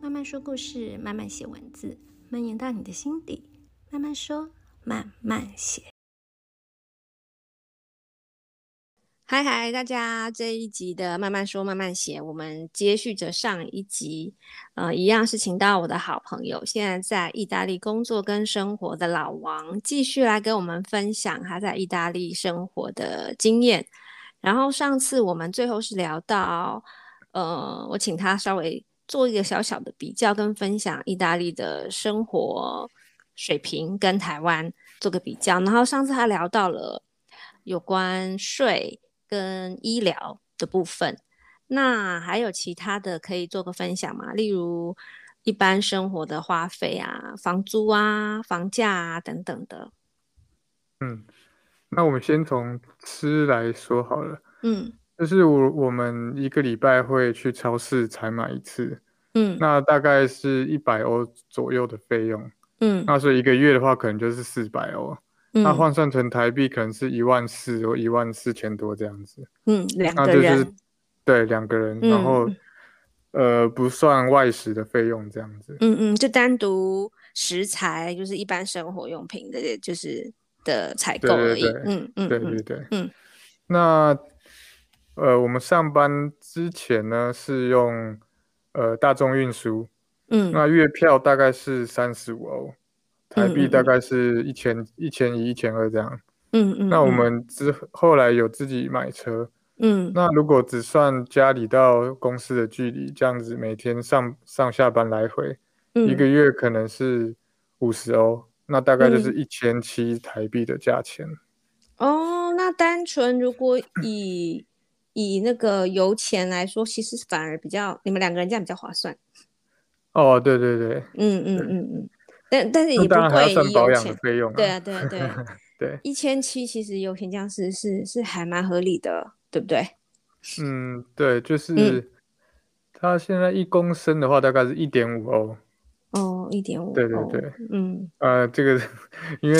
慢慢说故事，慢慢写文字，蔓延到你的心底。慢慢说，慢慢写。嗨嗨，大家！这一集的慢慢说，慢慢写，我们接续着上一集，呃，一样是请到我的好朋友，现在在意大利工作跟生活的老王，继续来跟我们分享他在意大利生活的经验。然后上次我们最后是聊到，呃，我请他稍微做一个小小的比较跟分享意大利的生活水平跟台湾做个比较。然后上次他聊到了有关税。跟医疗的部分，那还有其他的可以做个分享吗？例如一般生活的花费啊、房租啊、房价啊等等的。嗯，那我们先从吃来说好了。嗯，就是我我们一个礼拜会去超市采买一次。嗯，那大概是一百欧左右的费用。嗯，那所以一个月的话，可能就是四百欧。嗯那换算成台币可能是一万四或一万四千多这样子。嗯，两嗯那个就人。是对两个人，然后呃不算外食的费用这样子。嗯嗯，就单独食材，就是一般生活用品的，就是的采购而已对对。对嗯嗯 对嗯对对，嗯。那呃我们上班之前呢是用呃大众运输，嗯那月票大概是三十五欧，台嗯币嗯大嗯概是一千一千一一千二这样。嗯嗯。那我们之后来有自己买车，嗯那如果只算家里到公司的距离，这样子每天上上下班来回，嗯一个月可能是五十欧，那大概就是嗯一千七台币的价钱。哦，那单纯如果以以那个油钱来说，其实反而比较你们两个人这样比较划算。哦，对对对，嗯嗯嗯嗯，但但是那也不当然还要贵，算以保油养的钱。费用对 啊。啊对啊对啊，对，一千七其实油钱这样是是是还蛮合理的，对不对？嗯，对，就是它现在一公升的话，大概是一点五欧。哦，一点五对对哦对，嗯，呃，这个因为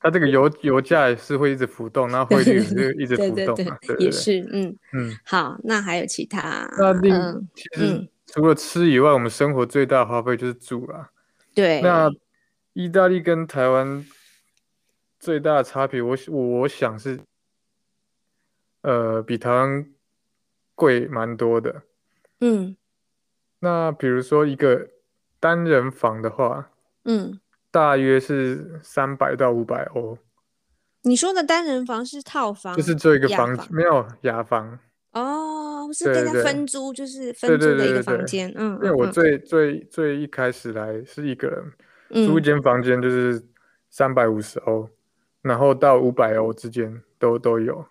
它这个油油价也是会一直浮动，然后汇 率也是一直对浮对动对嘛。对对也对，是，嗯，嗯。好，那还有其他，那另嗯其嗯实除了吃以外，我们生活最大的花费就是住啦。对，那意大利跟台湾最大的差别，我我我想是，呃，比台湾贵蛮多的。嗯那比如说一个单人房的话，嗯，大约是三百到五百欧，你说的单人房是套房就是这一个雅房房。没有雅房。哦，是对大对家对分租，就是分对租对的一个对对房对，间。嗯因为嗯我嗯最最最一开始来是一个人，租一嗯间房间就是三百五十欧，然后到五百欧之间都都有。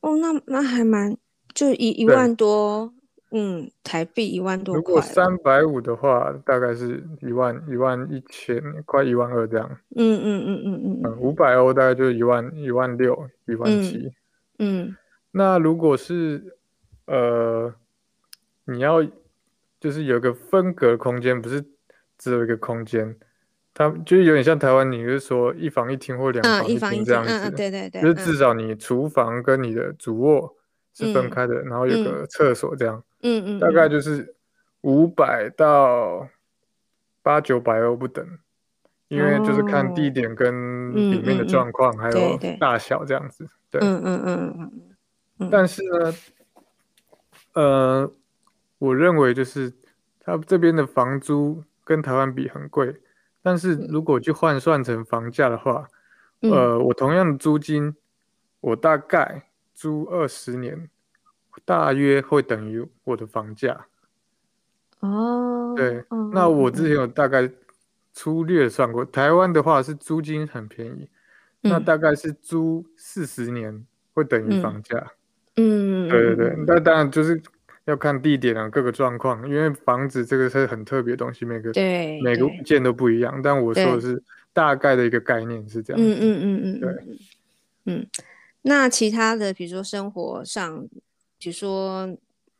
哦，那那还蛮，就一一对，万多，嗯，台币一万多如果块了。三百五的话，大概是一万一万一千，快一万二这样。嗯嗯嗯嗯嗯，五百欧大概就一万一万六一万嗯七。嗯那如果是呃，你要就是有一个分隔空间，不是只有一个空间，它就是有点像台湾，你是说一房一厅或两嗯，嗯，房一一房一厅这厅。样嗯嗯，子，对对对，就是嗯至少你厨房跟你的主卧是分嗯开的，然后有嗯个厕所这样，嗯嗯大概嗯，就是五百到八九百欧不等，因为就是看地哦，点跟嗯里面嗯的嗯，状况还对有对，大小这样子，对，嗯嗯嗯嗯但是呢。呃，我认为就是它这边的房租跟台湾比很贵，但是嗯如果去换算成房价的话，嗯呃，我同样的租金，我大概租二十年，大约会等于我的房价。嗯，哦，对，嗯那嗯我之嗯前有大概粗略算过，台湾的话是租金很便宜，那嗯大概是租四十年会等于嗯房价。对对嗯对，嗯，那当然就是要看地点啊，各个状况，因为房子这个是很特别的东西，每个对每个物对件都不一样。但我说的对，是大概的一个概念是这嗯样子。嗯嗯对，嗯嗯嗯。那其他的，比如说生活上，比如说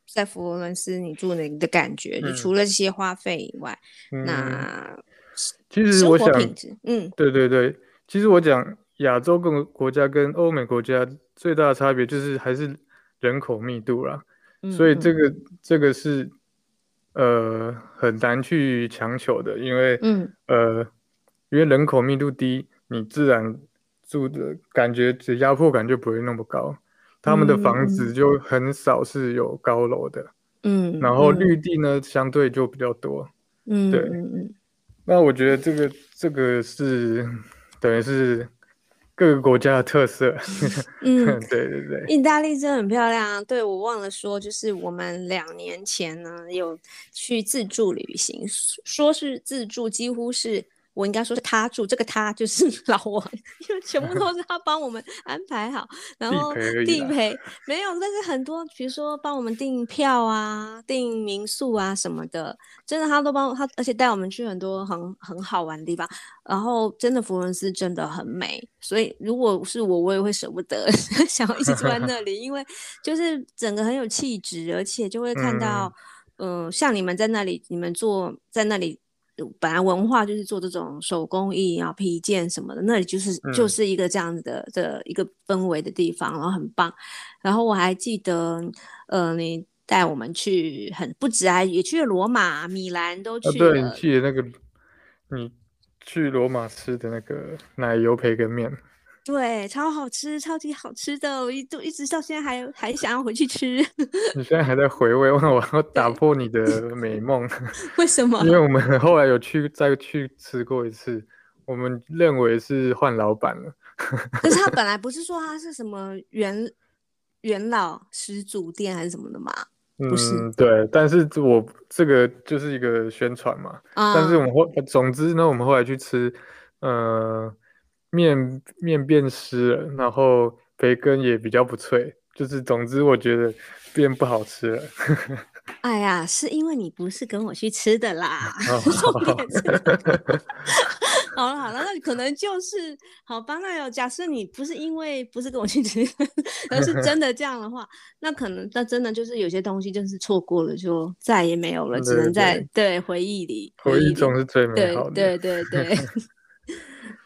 在佛罗伦斯你住的你的感觉，就除嗯了这些花费以外，嗯，那生其实生我活想，品质，嗯对对对，其实我讲亚洲跟国家跟欧美国家最大的差别就是还是人口密度啦，嗯所以这嗯个这个是。呃很难去强求的，因为嗯呃，因为人口密度低，你自然住的感觉，只压迫感就不会那么高。他们的房子就很少是有高楼的，嗯，然后嗯绿地呢相对就比较多。嗯对嗯嗯那我觉得这个这个是等于是各个国家的特色。嗯 对对对，意大利真的很漂亮啊！对，我忘了说，就是我们两年前呢有去自助旅行，说说是自助，几乎是我应该说是他住，这个他就是 老王，因为全部都是他帮我们安排好，然地后陪而已地啦啊陪没有，但是很多比如说帮我们订票啊、订民宿啊什么的，真的他都帮我他，而且带我们去很多很很好玩的地方。然后真的佛伦斯真的很美，所以如果是我，我也会舍不得 想要一直住在那里，因为就是整个很有气质，而且就会看到，嗯、像你们在那里，你们做在那里。呃本来文化就是做这种手工艺啊、皮件什么的，那里就是就嗯是一个这样子的的一个氛围的地方，然后很棒。然后我还记得，呃，你带我们去很不止啊，也去了罗马、米兰都啊去对，你了，记得那个你去罗马吃的那个奶油培根面，对，超好吃，超级好吃的，我一都一直到现在还还想要回去吃， 你现在还在回味，我要打对破你的美梦。为什么？ 因为我们后来有去再去吃过一次，我们认为是换老板了，可是他本来不是说他是什么元元老始祖店还是什么的嘛？不是嗯，对，但是这我这个就是一个宣传嘛，但是我啊、们后，总之呢，我们后来去吃，呃，面面变湿了，然后培根也比较不脆，就是总之我觉得变不好吃 了，哎呀，是因为你不是跟我去吃的啦， 哦重点是，好了好了，那可能就是好吧。那有假设你不是因为不是跟我去吃，而是真的这样的话，那可能那真的就是有些东西就是错过了，就再也没有了，只对能对在对回忆里， 回忆忆中里，是最美对好的。对对 对，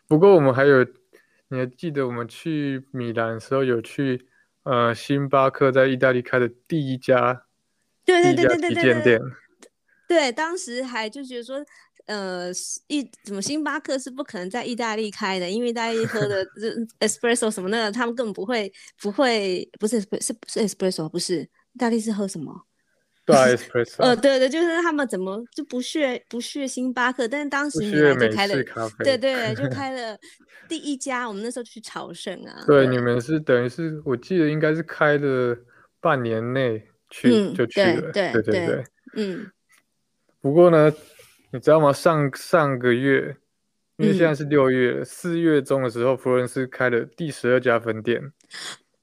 不过我们还有，你还记得我们去米兰的时候有去呃星巴克在意大利开的第一家对第对一对家对对旗对舰对店，对，当时还就觉得说，呃，是意怎么星巴克是不可能在意大利开的，因为意大利喝 的这呃 espresso 什么那个，他们根本不会不会，不是不是不是 espresso，不是意大利是喝什么？ 对啊呃， ，espresso，对对，就是他们怎么就不屑不屑星巴克，但是当不时米需要兰就美开了，式咖啡。对对，就开了第一家，我们那时候去朝圣啊，对，你们是等于是我记得应该是开了半年内去嗯就去对了，对对对对。嗯不过呢，你知道吗？上上个月，因为现在嗯，是六月，四月中的时候，佛罗伦斯开了第十二家分店，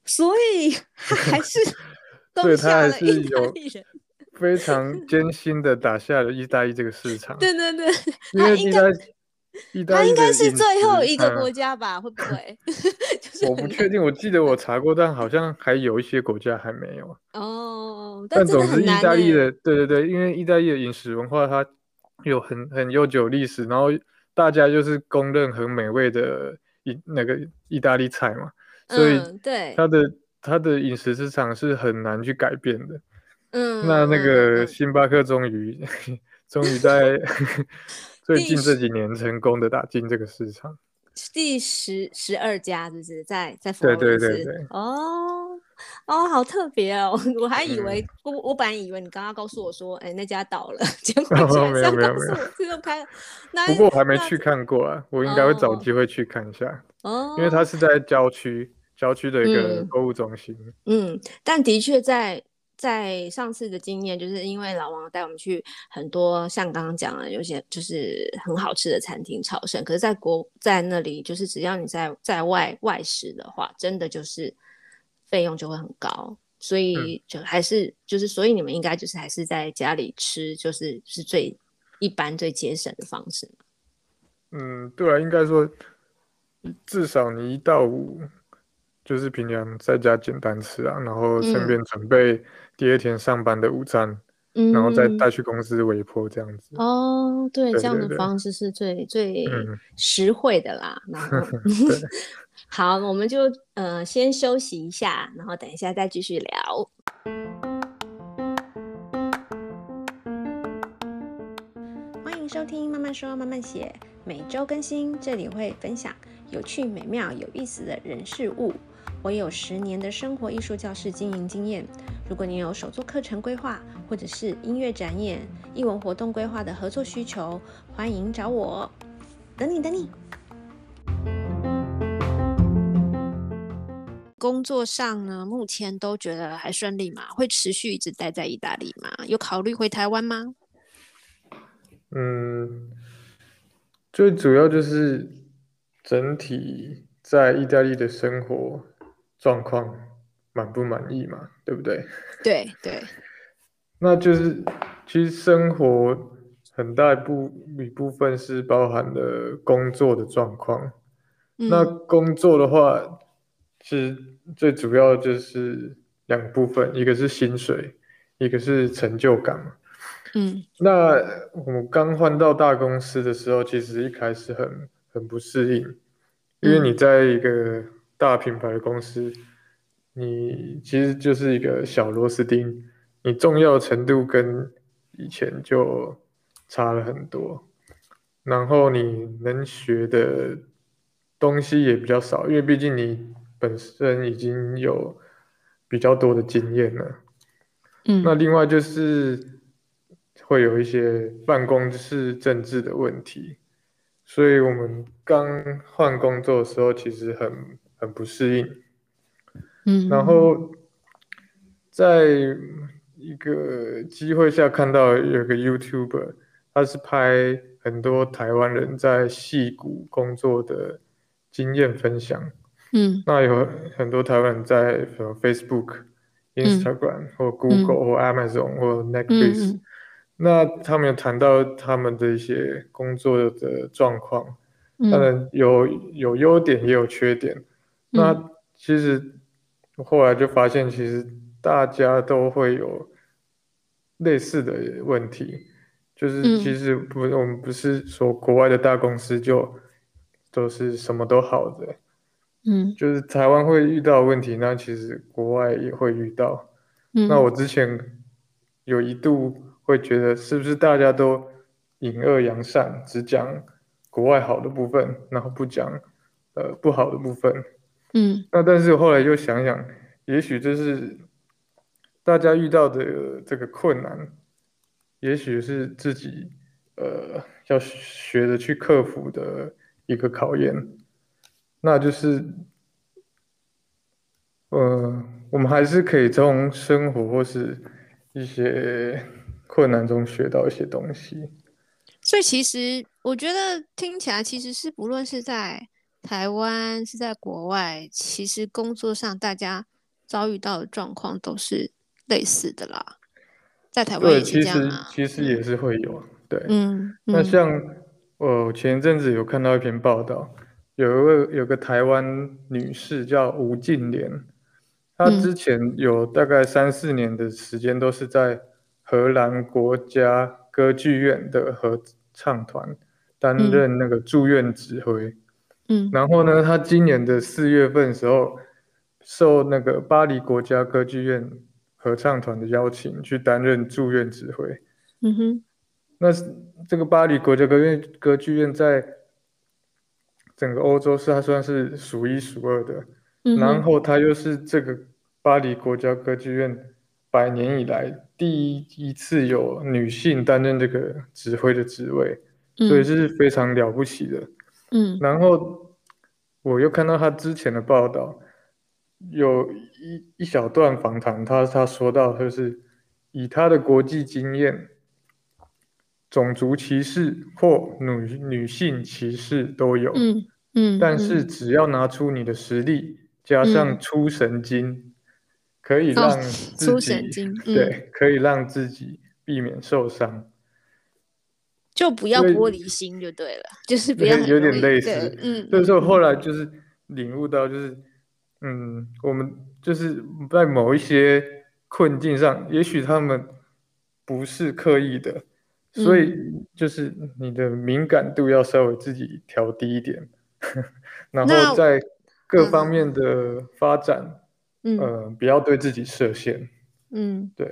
所以 他还 是所攻以它下还了意是大有利人。非常艰辛的打下了意大利这个市场，对对对，因他为应意该大意大他应利该的是饮最后食，一个国嗯，家吧？会不会 就是我不很难确定，我记得我查过，但好像还有一些国家还没有。哦？但但真的总很之，意难欸大呢。利的，对对对，因为意大利的饮食文化它有很很悠久历史，然后大家就是公认很美味的意那个意大利菜嘛，所以嗯，对，它的它的饮食市场是很难去改变的。那嗯那嗯个嗯，星巴克终于 终于 在最第近这十几年成功的打进这个市哎场。第十十二家是不是在在佛对罗伦对对斯？对，哦哦，好特别哦！ 我还以嗯，为我我本来以为你刚刚告诉我说，哎，那家倒了， 结果居哦，然 没是有要没告有没诉有，我 这又开了，那不过我还没那去看过啊，我应该会找哦机会去看一下，因为它哦，是在郊区，郊区的一个嗯。购物中心。嗯，但的确在在上次的经验，就是因为老王带我们去很多像刚刚讲的，有些就是很好吃的餐厅朝圣。可是，在国在那里，就是只要你在在外外食的话，真的就是费用就会很高，所嗯，以就还是就是所以你们应该就是还是在家里吃，就是是最一般最节省的方式。嗯，对啊，应该说至少你一到五就是平常在家简单吃啊，然后顺嗯便准备第二天上班的午餐，然后再嗯。带去公司微波这样子。哦，对，对这样对的对，方式是最最嗯，实惠的啦。然后， 对， 好，我们就呃先休息一下，然后等一下再继续聊。收听《慢慢说，慢慢写》，每周更新，这里会分享有趣、美妙、有意思的人事物。我有十年的生活艺术教室经营经验。如果你有手作课程规划，或者是音乐展演、艺文活动规划的合作需求，欢迎找我，等你等你。工作上呢，目前都觉得还顺利吗？会持续一直待在意大利吗？有考虑回台湾吗？嗯，最主要就是整体在意大利的生活状况满不满意嘛，对不对？对对，那就是其实生活很大一部一部分是包含了工作的状况。嗯那工作的话，是最主要就是两个部分，一个是薪水，一个是成就感嘛。嗯那我刚换到大公司的时候，其实一开始很很不适应，因为你在一个大品牌的公司，你其实就是一个小螺丝钉，你重要程度跟以前就差了很多，然后你能学的东西也比较少，因为毕竟你本身已经有比较多的经验了。嗯那另外就是会有一些办公室政治的问题，所以我们刚换工作的时候其实很很不适应。嗯然后在一个机会下看到有个 YouTuber，他是拍很多台湾人在戏谷工作的经验分享。嗯那有很多台湾人在什么 Facebook、嗯 Instagram 或 Google 或 Amazon 或嗯 Netflix，嗯那他们有谈到他们的一些工作的状况，当嗯然有有优点也有缺点。嗯那其实我后来就发现，其实大家都会有类似的问题，就是嗯其实不，我们不是说国外的大公司就都是什么都好的。嗯就是台湾会遇到的问题，那其实国外也会遇到。嗯，那我之前有一度会觉得，是不是大家都引恶扬善，只讲国外好的部分，然后不讲呃不好的部分？嗯那但是后来又想想，也许这是大家遇到的这个困难，也许是自己呃要学着去克服的一个考验。那就是，呃，我们还是可以从生活或是一些困难中学到一些东西。所以其实我觉得听起来其实是不论是在台湾是在国外，其实工作上大家遭遇到的状况都是类似的啦。在台湾对，也是其这样实啊。其实也是会有，对。嗯嗯那像呃，我前一阵子有看到一篇报道，有一位有个台湾女士叫吴静莲，她嗯之前有大概三四年的时间都是在荷兰国家歌剧院的合唱团担嗯任那个驻院指挥。嗯然后呢，她今年的四月份的时候，受那个巴黎国家歌剧院合唱团的邀请，去担任驻院指挥。嗯哼那是这个巴黎国家歌剧院歌剧院在整个欧洲是它算是数一数二的，嗯哼然后它又是这个巴黎国家歌剧院百年以来第一次有女性担任这个指挥的职位，所以嗯是非常了不起的。嗯然后我又看到他之前的报道，有一一小段访谈，他他说到就是以他的国际经验，种族歧视或女女性歧视都有，嗯嗯，但嗯是只要拿出你的实力，加上嗯出神经，可以哦让自己、出神经嗯对，可以让自己避免受伤。就不要所以玻璃心就对了，就是不有要很有容点易对类似嗯所以说后来就是领悟到，就是嗯，我们就是在某一些困境上，也许他们不是刻意的，所以嗯就是你的敏感度要稍微自己调低一点， 然那后在各方面的发展，嗯呃，不要对自己设限。嗯，对，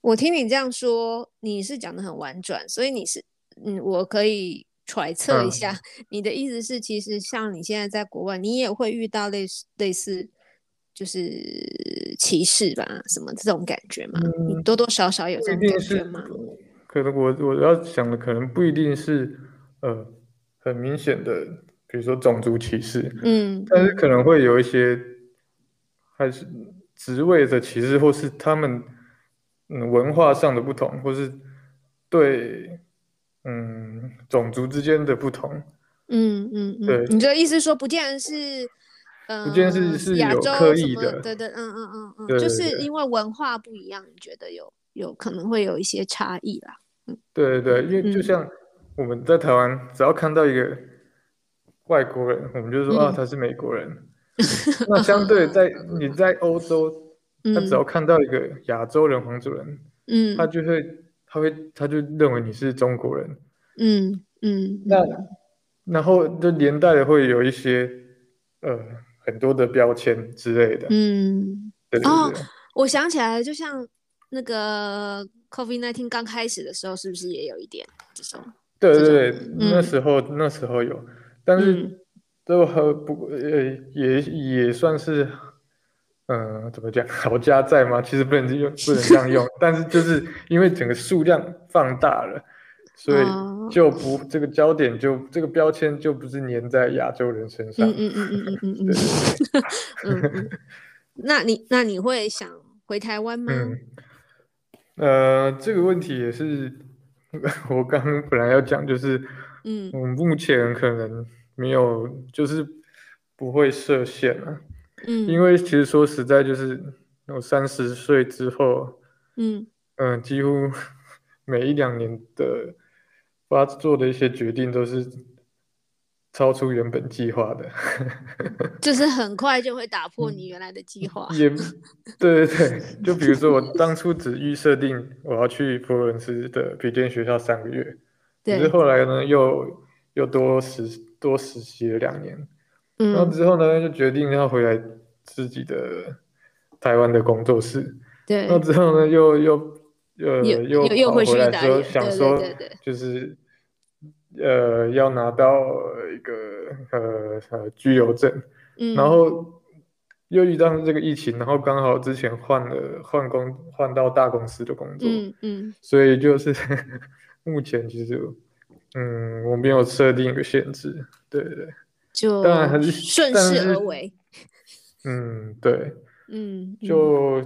我听你这样说，你是讲的很婉转，所以你是嗯，我可以揣测一嗯下， 你的意思是，其实像你现在在国外，你也会遇到类似类似就是歧视吧，什么这种感觉吗？你嗯，多多少少有不这一种感定觉是，吗？可能我我要想的可能不一定是呃很明显的，比如说种族歧视，嗯但是嗯可能会有一些还是职位的歧视，或是他们嗯文化上的不同，或是对嗯种族之间的不同，嗯嗯嗯，对，你的意思说，不见得是，不见是呃，是亚有洲刻什意么的，对对，嗯嗯嗯嗯，对就对是对因为文化不一样，你觉得有有可能会有一些差异啦。嗯对对，因为就嗯像我们在台湾，只要看到一个外国人，我们就说啊嗯，他是美国人。那嗯相对在嗯你在 欧洲，他只要嗯看到一个亚洲人、黄种人，他嗯就会他会他就认为你是中国人。嗯嗯那嗯然后就连带的会有一些呃很多的标签之类的。嗯，对对哦，对，我想起来了，就像那个 COVID-19 刚开始的时候，是不是也有一点这种对这种？对对，那嗯时候那时候有，但嗯是都和不呃也也算是。嗯，呃怎么讲？ 好家在吗？其实不能用，不能这 样用。但是就是因为整个数量放大了，所以哦。就不这个焦点就这个标签就不是粘在亚洲人身嗯上。嗯嗯嗯嗯嗯嗯， 对对对，嗯嗯，那你那你会想回台湾吗？嗯，呃，这个问题也是 我刚刚本来要讲，就是嗯我目前可能没有，就是不会设限啊。因嗯为其实说实在，就是我三十岁之后。嗯嗯，几乎 每一两年的发做的一些决定都是超出原本计划的，就是很快就会打破你嗯，原来的计划。也对对对，就比如说我当初只预设定我要去佛罗伦斯的皮件学校三个月，可是对，后来呢又又多实多实习了两年，然后嗯，之后呢就决定要回来自己的台湾的工作室，对，那之后呢又又又呃又又又跑回回去意来大之利后了。想对对说对对，就是呃要拿到一个呃呃居留证，然嗯后又遇到这个疫情，然后刚好之前换了换工换到大公司的工作，嗯嗯所以就是 目前其实嗯我没有设定一个限制，对对对，当然就还是顺但势而是为。嗯对。嗯嗯就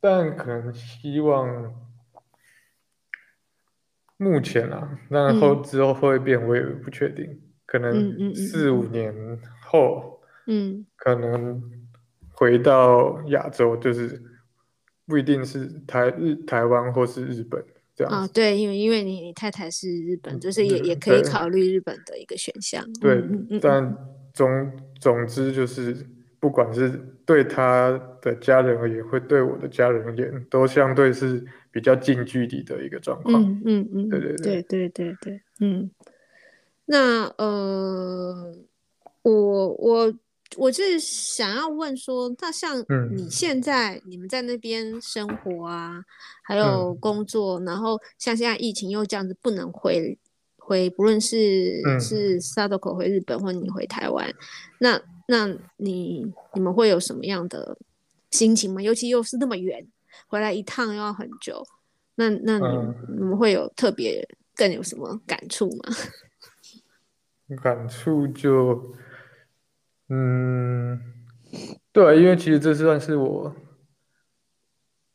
但可能希望目前啊，那后嗯之后会变，我也不确定，可能嗯嗯嗯四五嗯年后，嗯可能回到亚洲，就是不一定是台日台湾或是日本这样啊，子。对，因为因为你你太太是日本，就是也也嗯，可以对考虑日本的一个选项。嗯对，嗯嗯嗯嗯，但总总之就是，不管是对他的家人而言，会对我的家人而言，都相对是比较近距离的一个状况。嗯嗯对嗯，对对，对对对对，嗯。那呃，我我我是想要问说，那像你嗯现在你们在那边生活啊，还有嗯工作，然后像现在疫情又这样子不能回回，不论是嗯。是 Sadako 回日本，或你回台湾，那那你你们会有什么样的心情吗？尤其又是那么远，回来一趟又要很久，那那你嗯，你们会有特别更有什么感触 吗？感触就嗯，对啊，因为其实这算是我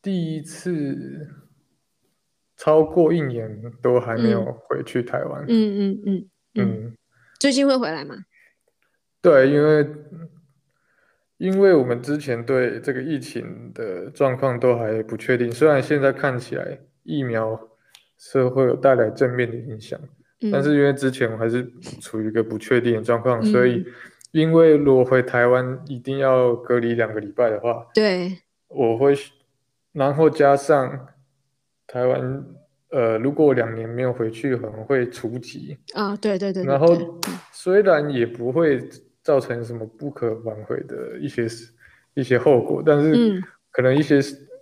第一次超过一年都还没有嗯。回去台湾。嗯嗯嗯嗯，嗯，最近会回来吗？对，因为因为我们之前对这个疫情的状况都还不确定，虽然现在看起来疫苗是会有带来正面的影响，但是嗯因为之前我还是处于一个不确定的状况，所以嗯，因为如果回台湾一定要隔离两个礼拜的话，对，我会，然后加上台湾，呃，如果我两年没有回去，可能会除籍。啊、对对对对然对，后嗯虽然也不会造成什么不可挽回的一些事一些后果，但是嗯可能一些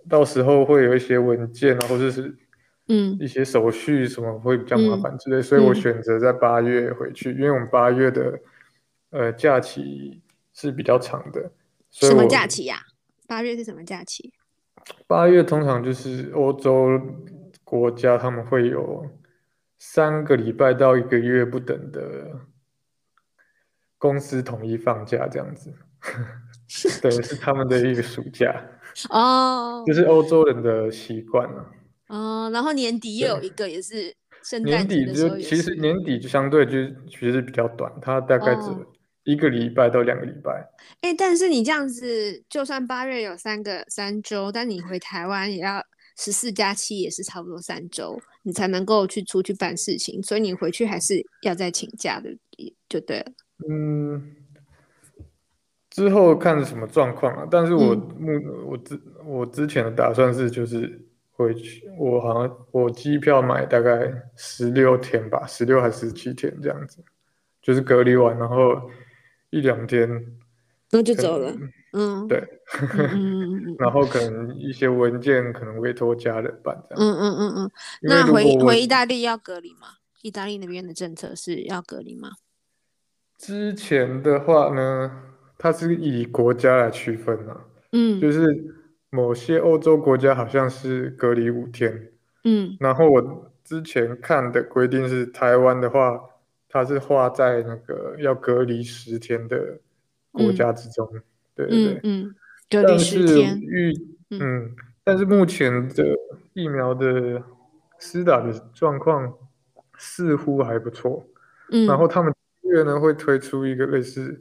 到时候会有一些文件啊，或者是嗯一些手续什么会比较麻嗯烦之类，所以我嗯选择在八月回去，因为我们八月的呃假期是比较长的，所以什我么假期呀、八月是什么假期？八月通常就是欧洲国家他们会有三个礼拜到一个月不等的公司统一放假这样子， 等于是他们的一个暑假，哦这是欧洲人的习惯了、啊。哦，然后年底也有一个，也是圣年诞节底的时就候也其是。实年底就相对就是其实比较短，它大概只哦一个礼拜到两个礼拜。哎，但是你这样子，就算八月有三个三周，但你回台湾也要十四加七，也是差不多三周，你才能够去出去办事情，所以你回去还是要再请假的，就对了。嗯，之后看什么状况啊。但是我嗯目我之我之前的打算是就是回去，我好像我机票买大概十六天吧，十六还是十七天这样子，就是隔离完然后一两天，然后就可走了。嗯，对，嗯 嗯嗯然后可能一些文件可能委托家人办这嗯嗯样。嗯嗯嗯。因为那如回果我回意大利要隔离吗？意大利那边的政策是要隔离吗？之前的话呢，它是以国家来区分啊，嗯就是某些欧洲国家好像是隔离五天，嗯然后我之前看的规定是台湾的话，它是划在那个要隔离十天的国家之中，对对嗯对，嗯，隔离但十是天。预嗯嗯，但是目前的疫苗的施打的状况似乎还不错。嗯，然后他们七月呢会推出一个类似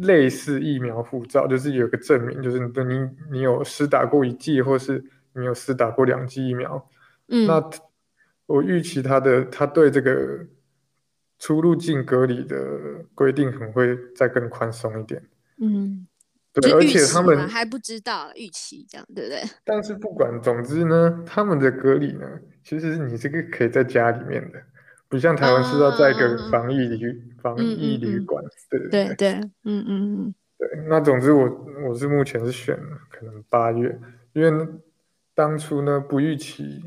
类似疫苗护照，就是有个证明，就是你你你有施打过一剂，或是你有施打过两剂疫苗。嗯那我预期他的他对这个出入境隔离的规定可能会再更宽松一点。嗯，对，就而预且期他嘛，们，还不知道预期这样，对不对？但是不管，总之呢，他们的隔离呢，其实你这个可以在家里面的，不像台湾是要在一个啊防疫旅防嗯疫嗯旅嗯馆，对对对对，嗯嗯嗯，那总之我我是目前是选可能八月，因为当初呢不预期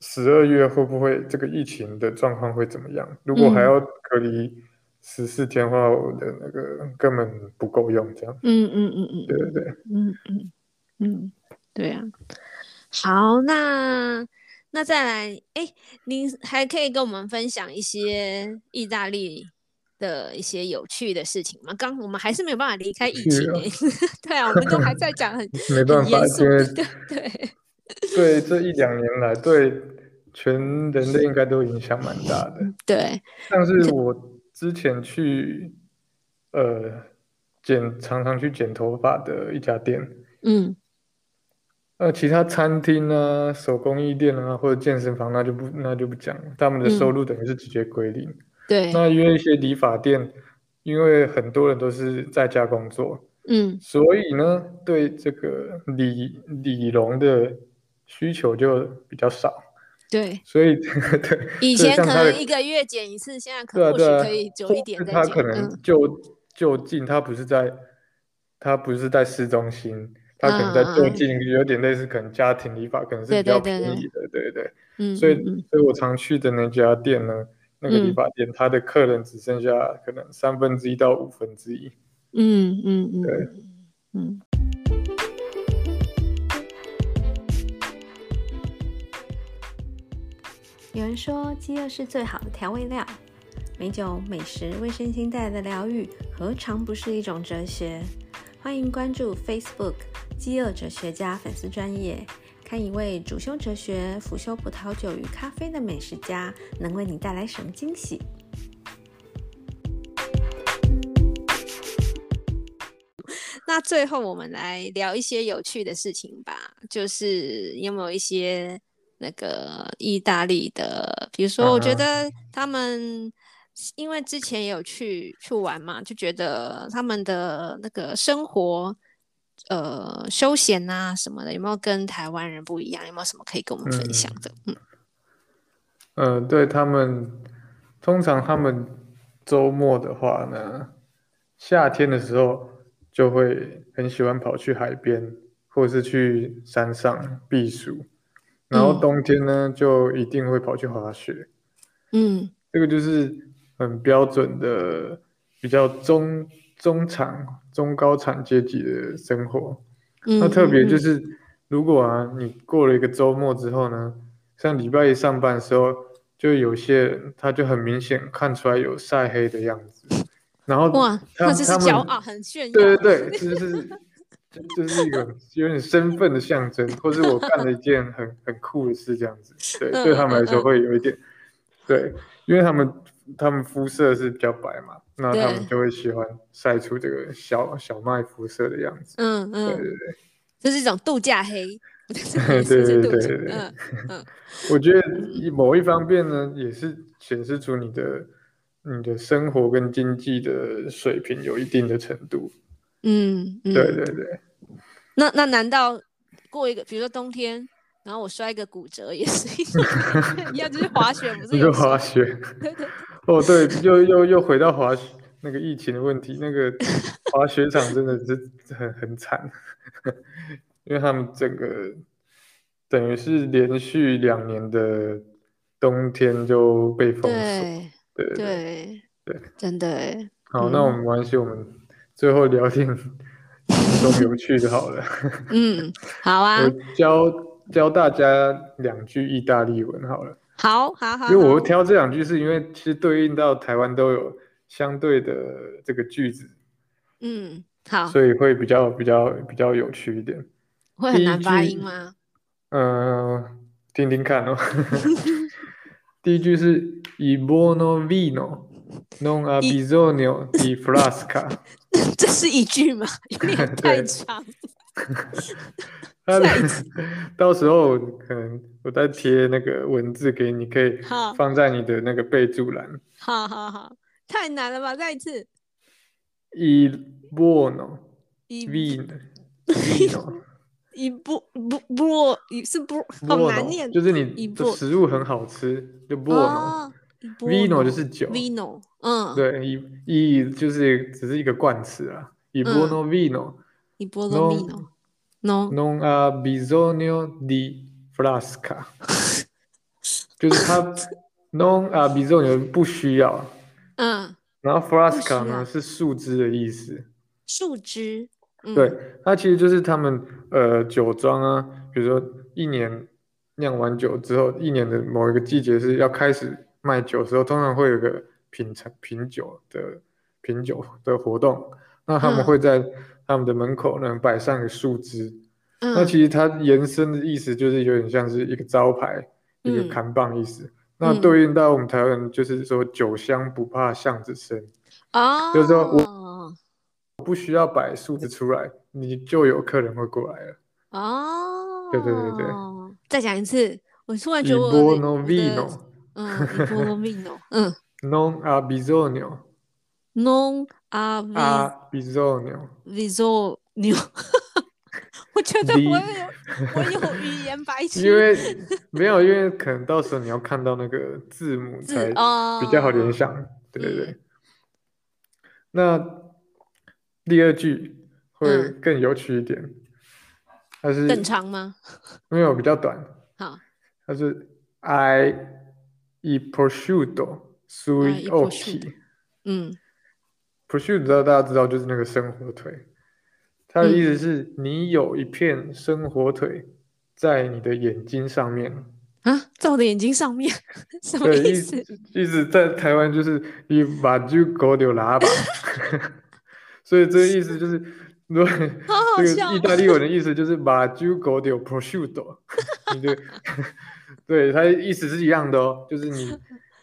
十二月会不会这个疫情的状况会怎么样，如果还嗯要隔离十四天的话，我的那个根本不够用，这样，嗯嗯嗯嗯对 对对，嗯嗯嗯，对啊。好，那那再来，哎，您还可以跟我们分享一些意大利的一些有趣的事情吗？刚我们还是没有办法离开有疫趣情啊哎， 对啊，我们都还在讲很 没办很法，严肃 因为的，对对，对这一两年来对全人类应该都影响蛮大的。对，像 是我之前去，呃，剪常常去剪头发的一家店，嗯呃，其他餐厅啊、手工艺店啊或者健身房那就不那就不讲了，他们的嗯收入等于是直接归零。对，那因为一些理发店，因为很多人都是在家工作，嗯所以呢，对这个理理容的需求就比较少，对。所以 对，以所前像可他的能一个月剪一次，现在可对啊，或许对啊，可以久或一点是再他剪。可嗯能就就近，他不是在，他不是在市中心，他可能在就嗯嗯嗯近，有点类似可能家庭理发，可能是对比较对对便对宜的，对对。嗯，所以，嗯嗯所以我常去的那家店呢，那个理嗯发店，他的客人只剩下可能三分之一到五分之一，嗯嗯嗯对。嗯，有人说，饥饿是最好的调味料。美酒、美食为身心带来的疗愈，何尝不是一种哲学？欢迎关注 Facebook“ 饥饿哲学家”粉丝专业，看一位主修哲学、辅修葡萄酒与咖啡的美食家，能为你带来什么惊喜？那最后我们来聊一些有趣的事情吧，就是有没有一些那个意大利的，比如说，我觉嗯得他们因为之前也有去去玩嘛，就觉得他们的那个生活。呃，休闲啊什么的，有没有跟台湾人不一样？有没有什么可以跟我们分享的？嗯嗯、对他们，通常他们周末的话呢，夏天的时候就会很喜欢跑去海边，或是去山上避暑。然后嗯冬天呢就一定会跑去滑雪，嗯这个就是很标准的比较中中产、中高产阶级的生活。嗯，那特别就嗯是，如果啊，你过了一个周末之后呢，像礼拜一上班的时候，就有些人他就很明显看出来有晒黑的样子，然后哇，他那这是他们骄傲，很炫耀。对对对，这就是 这就是一个有点身份的象征，或是我干了一件很很酷的事这样子。对，嗯对他们来嗯说嗯会有一点，对，因为他们他们肤色是比较白嘛，那他们对就会喜欢晒出这个小小麦肤色的样子。嗯对嗯，对对，这是一种度假黑， 不是对黑是对度对假对嗯嗯我觉得一某一方面呢，也是显示出你的你的生活跟经济的水平有一定的程度。嗯嗯，对对对。那那难道过一个，比如说冬天，然后我摔个骨折也是一种一样， 就是滑雪不是 你说有说滑雪，哦，对，又又又回到滑雪那个疫情的问题，那个滑雪场真的是很很惨，因为他们整个等于是连续两年的冬天就被封锁，对对对对。对对，真的欸好，那我们没关系，我们最后聊点 中有趣的好了，嗯，好啊，我教教大家两句意大利文好了。好好好，因为我好会挑这两句，是因为其实对应到台湾都有相对的这个句子，嗯好，所以会比较比较比较有趣一点。会第很一难发句音吗？ 嗯，听听看哦。第一句是 "Il buono vino non I- ha bisogno di flasca"， 这是一句吗？ 有点太 对长。它下一的到时候我可能我再贴那个文字给你，可以好放在你的那个备注栏。好好好，太难了吧？再一次， "Il buono 一 vino vino 一不不不，一是不， 好难 Buono，念。就是一你的部食物很好吃，就 buono。哦 Vino ，buono 就是酒 vino，嗯，，对，一一就是只是一个冠词啊。Il 嗯 buono vino 一波罗 non vino no， non ha bisogno di flasca，就是它 non ha bisogno 不需要，嗯，然后需 flasca 要呢是树枝的意思。树枝，嗯对，，它其实就是他们呃酒庄啊，比如说一年酿完酒之后，一年的某一个季节是要开始卖酒的时候，通常会有个品尝品酒的品酒的活动。那他们嗯会在他们的门口呢摆上一个树枝，嗯，那其实它延伸的意思就是有点像是一个招牌，一嗯个扛棒意思。那嗯对应到我们台湾人就是说酒香不怕巷子深，哦，就是说我，不需要摆树枝出来，你就有客人会过来了。哦，对对对对，再讲一次，我突然觉 Il 得我的我 buono 的 vino 嗯，一波罗 vino，嗯 non ha bisogno ，non a v i ha bisogno visual 牛， 我觉得你我有我有语言白痴， 因为没有，因为可能到时候你要看到那个字母字才哦比较好联想。对对对。那第二句会嗯更有趣一点，它是更长吗？没有比较短，好，它是 I i prosciutto Ah, il sui prosciutto occhi。嗯 Prosciutto 大家知道就是那个生火腿，它的意思是你有一片生火腿在你的眼睛上面。啊，在我的眼睛上面， 什么对，意意思？意思在台湾就是你把就狗丢喇叭， 所以这个意思就是，如果好好这笑个意大利文的意思就是把就狗丢 prosciutto，你 的对，它的意思是一样的哦，就 是你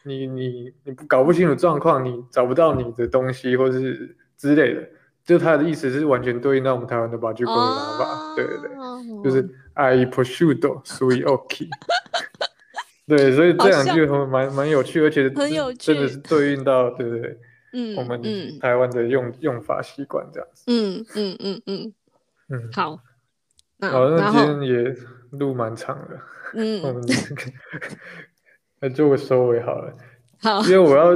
你你你不搞不清楚状况，你找不到你的东西或是之类的，就它的意思是完全对应到我们台湾的把就狗丢喇叭，对对哦对。对就是 I prosciutto sui occhi。对，所以这两句还蛮蛮有趣，而且很有趣真的是对应到对对对，嗯，我们嗯台湾的用用法习惯这样子。嗯嗯嗯嗯，嗯，好，那好，哦嗯那然后今天也录蛮长的， 我嗯们来做个收尾好了，好因为我要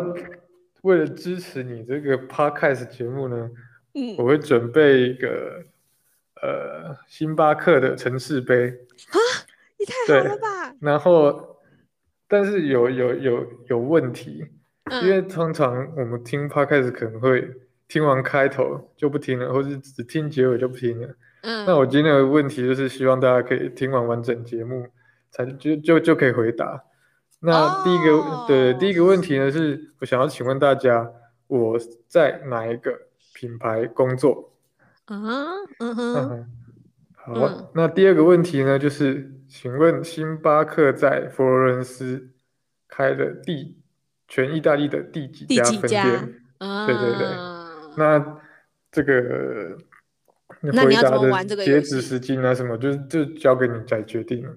为了支持你这个 podcast 节目呢，嗯我会准备一个呃星巴克的城市杯。你也太好了吧？然后，但是有有有有问题，嗯因为通常我们听 podcast 可能会听完开头就不听了，或是只听结尾就不听了。嗯，那我今天的问题就是希望大家可以听完完整节目，才就就就可以回答。那第一个、对哦第一个问题呢，是我想要请问大家，我在哪一个品牌工作？啊，嗯嗯哼，哼， 好。啊嗯那第二个问题呢，就是请问星巴克在佛罗伦斯开了第全意大利的第几第家几分家店？啊，嗯对对对那这个那你回要答怎么的玩这个游截止戏时间啊，什么就就交给你来决定了。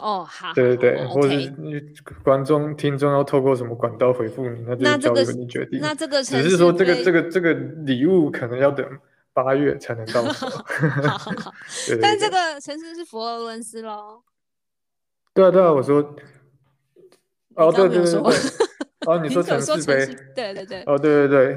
哦，好，对对对，好或者，OK 你观众、听众要透过什么管道回复你，那就那这交个由是你决定。那这个只城是说这个被这个这个礼物可能要等八月才能到 手。好好好，对对但对这个城市是佛罗伦斯喽。对啊对啊，我说，刚哦对刚对没有对说对，哦 你你说有城说市城杯市，对对对，哦对对对，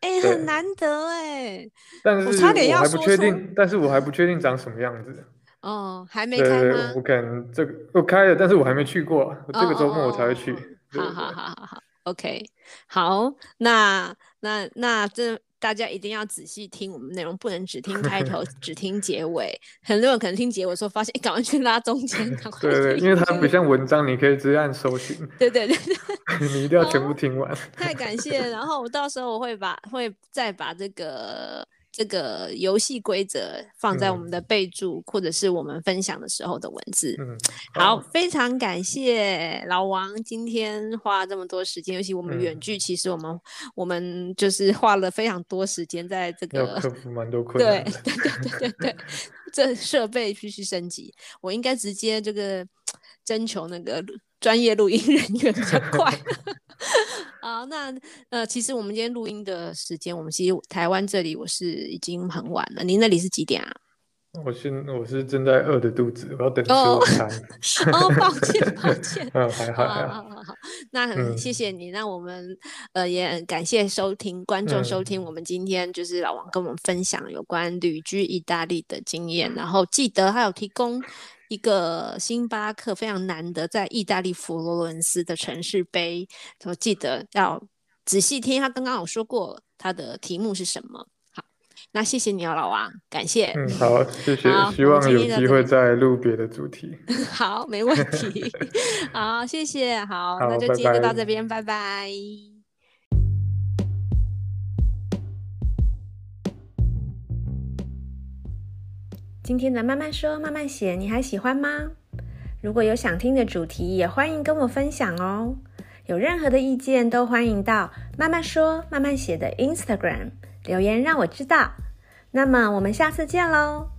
哎，对很难得哎，但我是差点要还不说确出定，但是我还不确定长什么样子。哦，还没对开对，吗我？可能这个我开了，但是我还没去过，我这个周末我才会去哦。 对好对好对好好好，OK，好，那那那这大家一定要仔细听我们内容，不能只听开 头，只听结尾。很多人可能听结尾说发现，哎，赶快去拉中间，赶快对对，去因为它听不像文章，你可以直接按搜寻，对对对对，你一定要全部听完。太感谢了。然后我到时候我会把会再把这个这个游戏规则放在我嗯们的备注，或者是我们分享的时候的文字。嗯，好，，非常感谢老王今天花这么多时间，尤其我们嗯远距，其实我们、我们就是花了非常多时间在这要个克服蛮多困对难对 的。对对对对，这设备必须升级。我应该直接这个征求那个录专业录音人员比较快。 好，那呃，其实我们今天录音的时间，我们其实台湾这里我是已经很晚了，您那里是几点啊？ 我现我是正在饿的肚子，我要等吃哦午餐。哦，抱歉抱歉，嗯，还好好还好。好好好，那很嗯谢谢你，那我们呃也很感谢收听观众收嗯听我们今天就是老王跟我们分享有关旅居意大利的经验，然后记得还有提供一个星巴克非常难得在意大利佛罗伦斯的城市杯，就记得要仔细听，他刚刚有说过他的题目是什么。好，那谢谢你哦，老王，感谢。嗯，好，谢谢好，希我们望今有天到机这会里再录别的主题。 好，没问 题。好，谢谢。好，那好就拜今天就到拜这边，拜拜。今天的慢慢说慢慢写，你还喜欢吗？如果有想听的主题，也欢迎跟我分享哦。有任何的意见都欢迎到慢慢说慢慢写的 Instagram 留言让我知道。那么我们下次见喽，